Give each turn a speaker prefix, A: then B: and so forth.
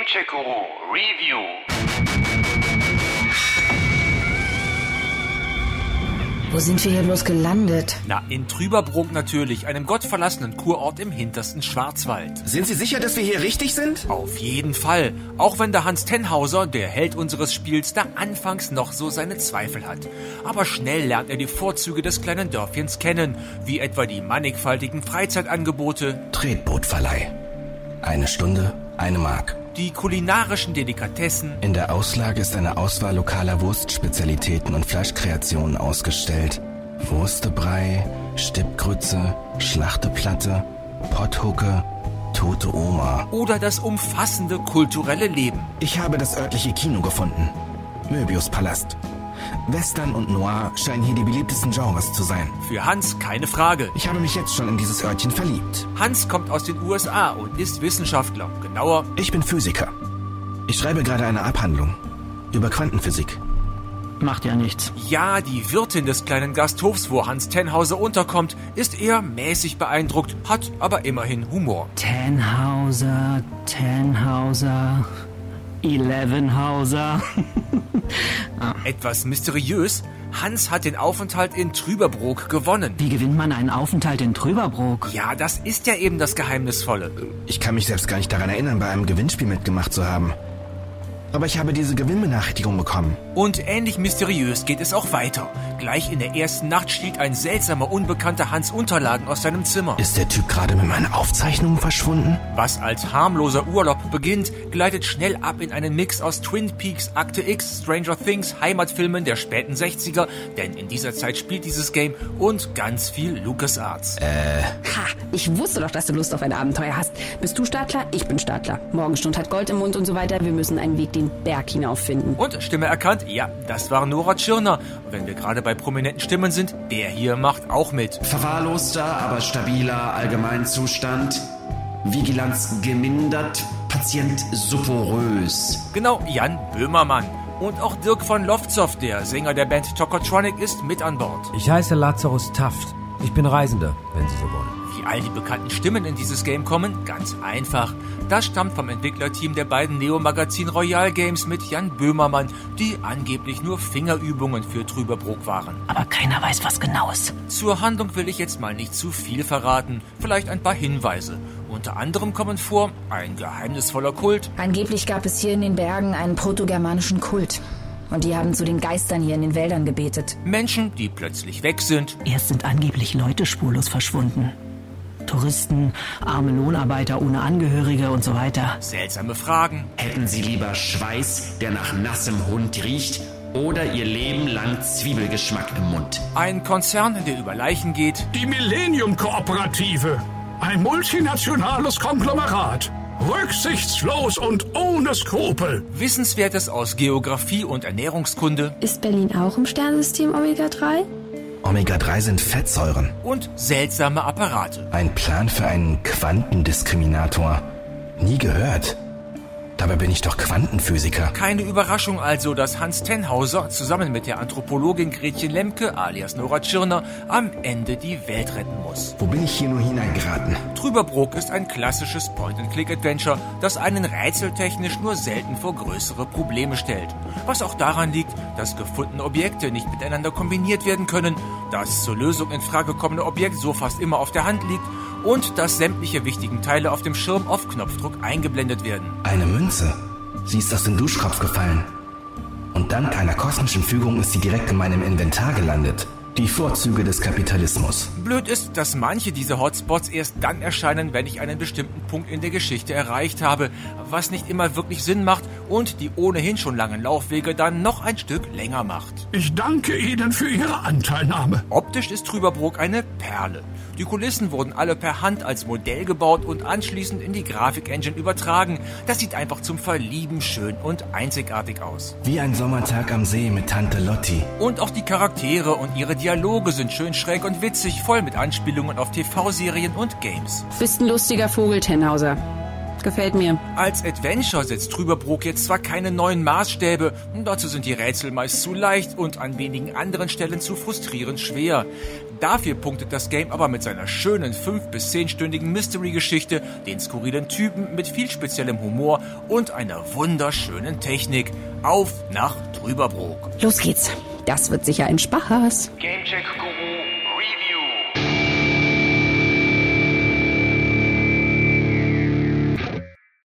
A: Gadget-Guru Review.
B: Wo sind wir hier bloß gelandet?
C: Na, in Trüberbrook natürlich, einem gottverlassenen Kurort im hintersten Schwarzwald.
D: Sind Sie sicher, dass wir hier richtig sind?
C: Auf jeden Fall, auch wenn der Hans Tenhauser, der Held unseres Spiels, da anfangs noch so seine Zweifel hat. Aber schnell lernt er die Vorzüge des kleinen Dörfchens kennen, wie etwa die mannigfaltigen Freizeitangebote,
D: Tretbootverleih. Eine Stunde, eine Mark.
C: die kulinarischen Delikatessen,
D: In der Auslage ist eine Auswahl lokaler Wurstspezialitäten und Fleischkreationen ausgestellt. Wurstebrei, Stippgrütze, Schlachteplatte, Potthucke, tote Oma.
C: oder das umfassende kulturelle Leben.
D: Ich habe das örtliche Kino gefunden. Möbius Palast. Western und Noir scheinen hier die beliebtesten Genres zu sein.
C: Für Hans keine Frage.
D: Ich habe mich jetzt schon in dieses Örtchen verliebt.
C: Hans kommt aus den USA und ist Wissenschaftler. Genauer,
D: Ich bin Physiker. Ich schreibe gerade eine Abhandlung über Quantenphysik.
E: Macht ja nichts.
C: ja, die Wirtin des kleinen Gasthofs, wo Hans Tenhauser unterkommt, ist eher mäßig beeindruckt, hat aber immerhin Humor.
E: Tenhauser, Tenhauser, Elevenhauser.
C: Etwas mysteriös, Hans hat den Aufenthalt in Trüberbrook gewonnen.
E: Wie gewinnt man einen Aufenthalt in Trüberbrook?
C: Ja, das ist ja eben das Geheimnisvolle.
D: Ich kann mich selbst gar nicht daran erinnern, bei einem Gewinnspiel mitgemacht zu haben. Aber ich habe diese Gewinnbenachrichtigung bekommen.
C: Und ähnlich mysteriös geht es auch weiter. Gleich in der ersten Nacht stiehlt ein seltsamer Unbekannter Hans Unterlagen aus seinem Zimmer.
D: Ist der Typ gerade mit meinen Aufzeichnungen verschwunden?
C: Was als harmloser Urlaub beginnt, gleitet schnell ab in einen Mix aus Twin Peaks, Akte X, Stranger Things, Heimatfilmen der späten 60er, denn in dieser Zeit spielt dieses Game und ganz viel LucasArts.
F: Ha, ich wusste doch, dass du Lust auf ein Abenteuer hast. Bist du Stadler? Ich bin Stadler. Morgenstund hat Gold im Mund und so weiter. Wir müssen einen Weg den Berg hinauf finden.
C: Und Stimme erkannt, ja, das war Nora Tschirner. Und wenn wir gerade bei prominenten Stimmen sind, der hier macht auch mit.
G: Verwahrloster, aber stabiler Allgemeinzustand. Vigilanz gemindert. Patient supporös.
C: Genau, Jan Böhmermann. Und auch Dirk von Loftsoff, der Sänger der Band Tokotronic, ist mit an Bord.
H: Ich heiße Lazarus Taft. Ich bin Reisender, wenn Sie so wollen.
C: Wie all die bekannten Stimmen in dieses Game kommen? Ganz einfach. Das stammt vom Entwicklerteam der beiden Neo-Magazin Royal Games mit Jan Böhmermann, die angeblich nur Fingerübungen für Trüberbrook waren.
E: Aber keiner weiß was genau genaues.
C: Zur Handlung will ich jetzt mal nicht zu viel verraten, vielleicht ein paar Hinweise. Unter anderem kommen vor ein geheimnisvoller Kult,
B: Angeblich gab es hier in den Bergen einen protogermanischen Kult. Und die haben zu den Geistern hier in den Wäldern gebetet.
C: Menschen, die plötzlich weg sind,
E: Erst sind angeblich Leute spurlos verschwunden. Touristen, arme Lohnarbeiter ohne Angehörige und so weiter.
C: seltsame Fragen,
G: Hätten Sie lieber Schweiß, der nach nassem Hund riecht, oder Ihr Leben lang Zwiebelgeschmack im Mund?
C: ein Konzern, der über Leichen geht,
I: Die Millennium-Kooperative. Ein multinationales Konglomerat. Rücksichtslos und ohne Skrupel.
C: Wissenswertes aus Geografie und Ernährungskunde
J: Ist Berlin auch im Sternensystem Omega 3?
D: Omega-3 sind Fettsäuren.
C: und seltsame Apparate.
D: Ein Plan für einen Quantendiskriminator. Nie gehört. Dabei bin ich doch Quantenphysiker.
C: Keine Überraschung also, dass Hans Tenhauser zusammen mit der Anthropologin Gretchen Lemke alias Nora Tschirner am Ende die Welt retten muss.
D: Wo bin ich hier nur hineingeraten?
C: Trüberbrook ist ein klassisches Point-and-Click-Adventure, das einen rätseltechnisch nur selten vor größere Probleme stellt. Was auch daran liegt, dass gefundene Objekte nicht miteinander kombiniert werden können, das zur Lösung in Frage kommende Objekt so fast immer auf der Hand liegt und dass sämtliche wichtigen Teile auf dem Schirm auf Knopfdruck eingeblendet werden.
D: Eine Münze. Sie ist aus dem Duschkopf gefallen. Und dank einer kosmischen Fügung ist sie direkt in meinem Inventar gelandet. Die Vorzüge des Kapitalismus.
C: Blöd ist, dass manche dieser Hotspots erst dann erscheinen, wenn ich einen bestimmten Punkt in der Geschichte erreicht habe, was nicht immer wirklich Sinn macht und die ohnehin schon langen Laufwege dann noch ein Stück länger macht.
I: Ich danke Ihnen für Ihre Anteilnahme.
C: Optisch ist Trüberbrook eine Perle. Die Kulissen wurden alle per Hand als Modell gebaut und anschließend in die Grafikengine übertragen. Das sieht einfach zum Verlieben schön und einzigartig aus.
D: Wie ein Sommertag am See mit Tante Lotti.
C: Und auch die Charaktere und ihre Dialoge sind schön schräg und witzig, voll mit Anspielungen auf TV-Serien und Games.
F: Bist ein lustiger Vogel, Tenhauser. Gefällt mir.
C: Als Adventure setzt Trüberbrook jetzt zwar keine neuen Maßstäbe, dazu sind die Rätsel meist zu leicht und an wenigen anderen Stellen zu frustrierend schwer. Dafür punktet das Game aber mit seiner schönen 5- bis 10-stündigen Mystery-Geschichte, den skurrilen Typen mit viel speziellem Humor und einer wunderschönen Technik. Auf nach Trüberbrook.
F: Los geht's. Das wird sicher ein Spaß.
A: Gamecheck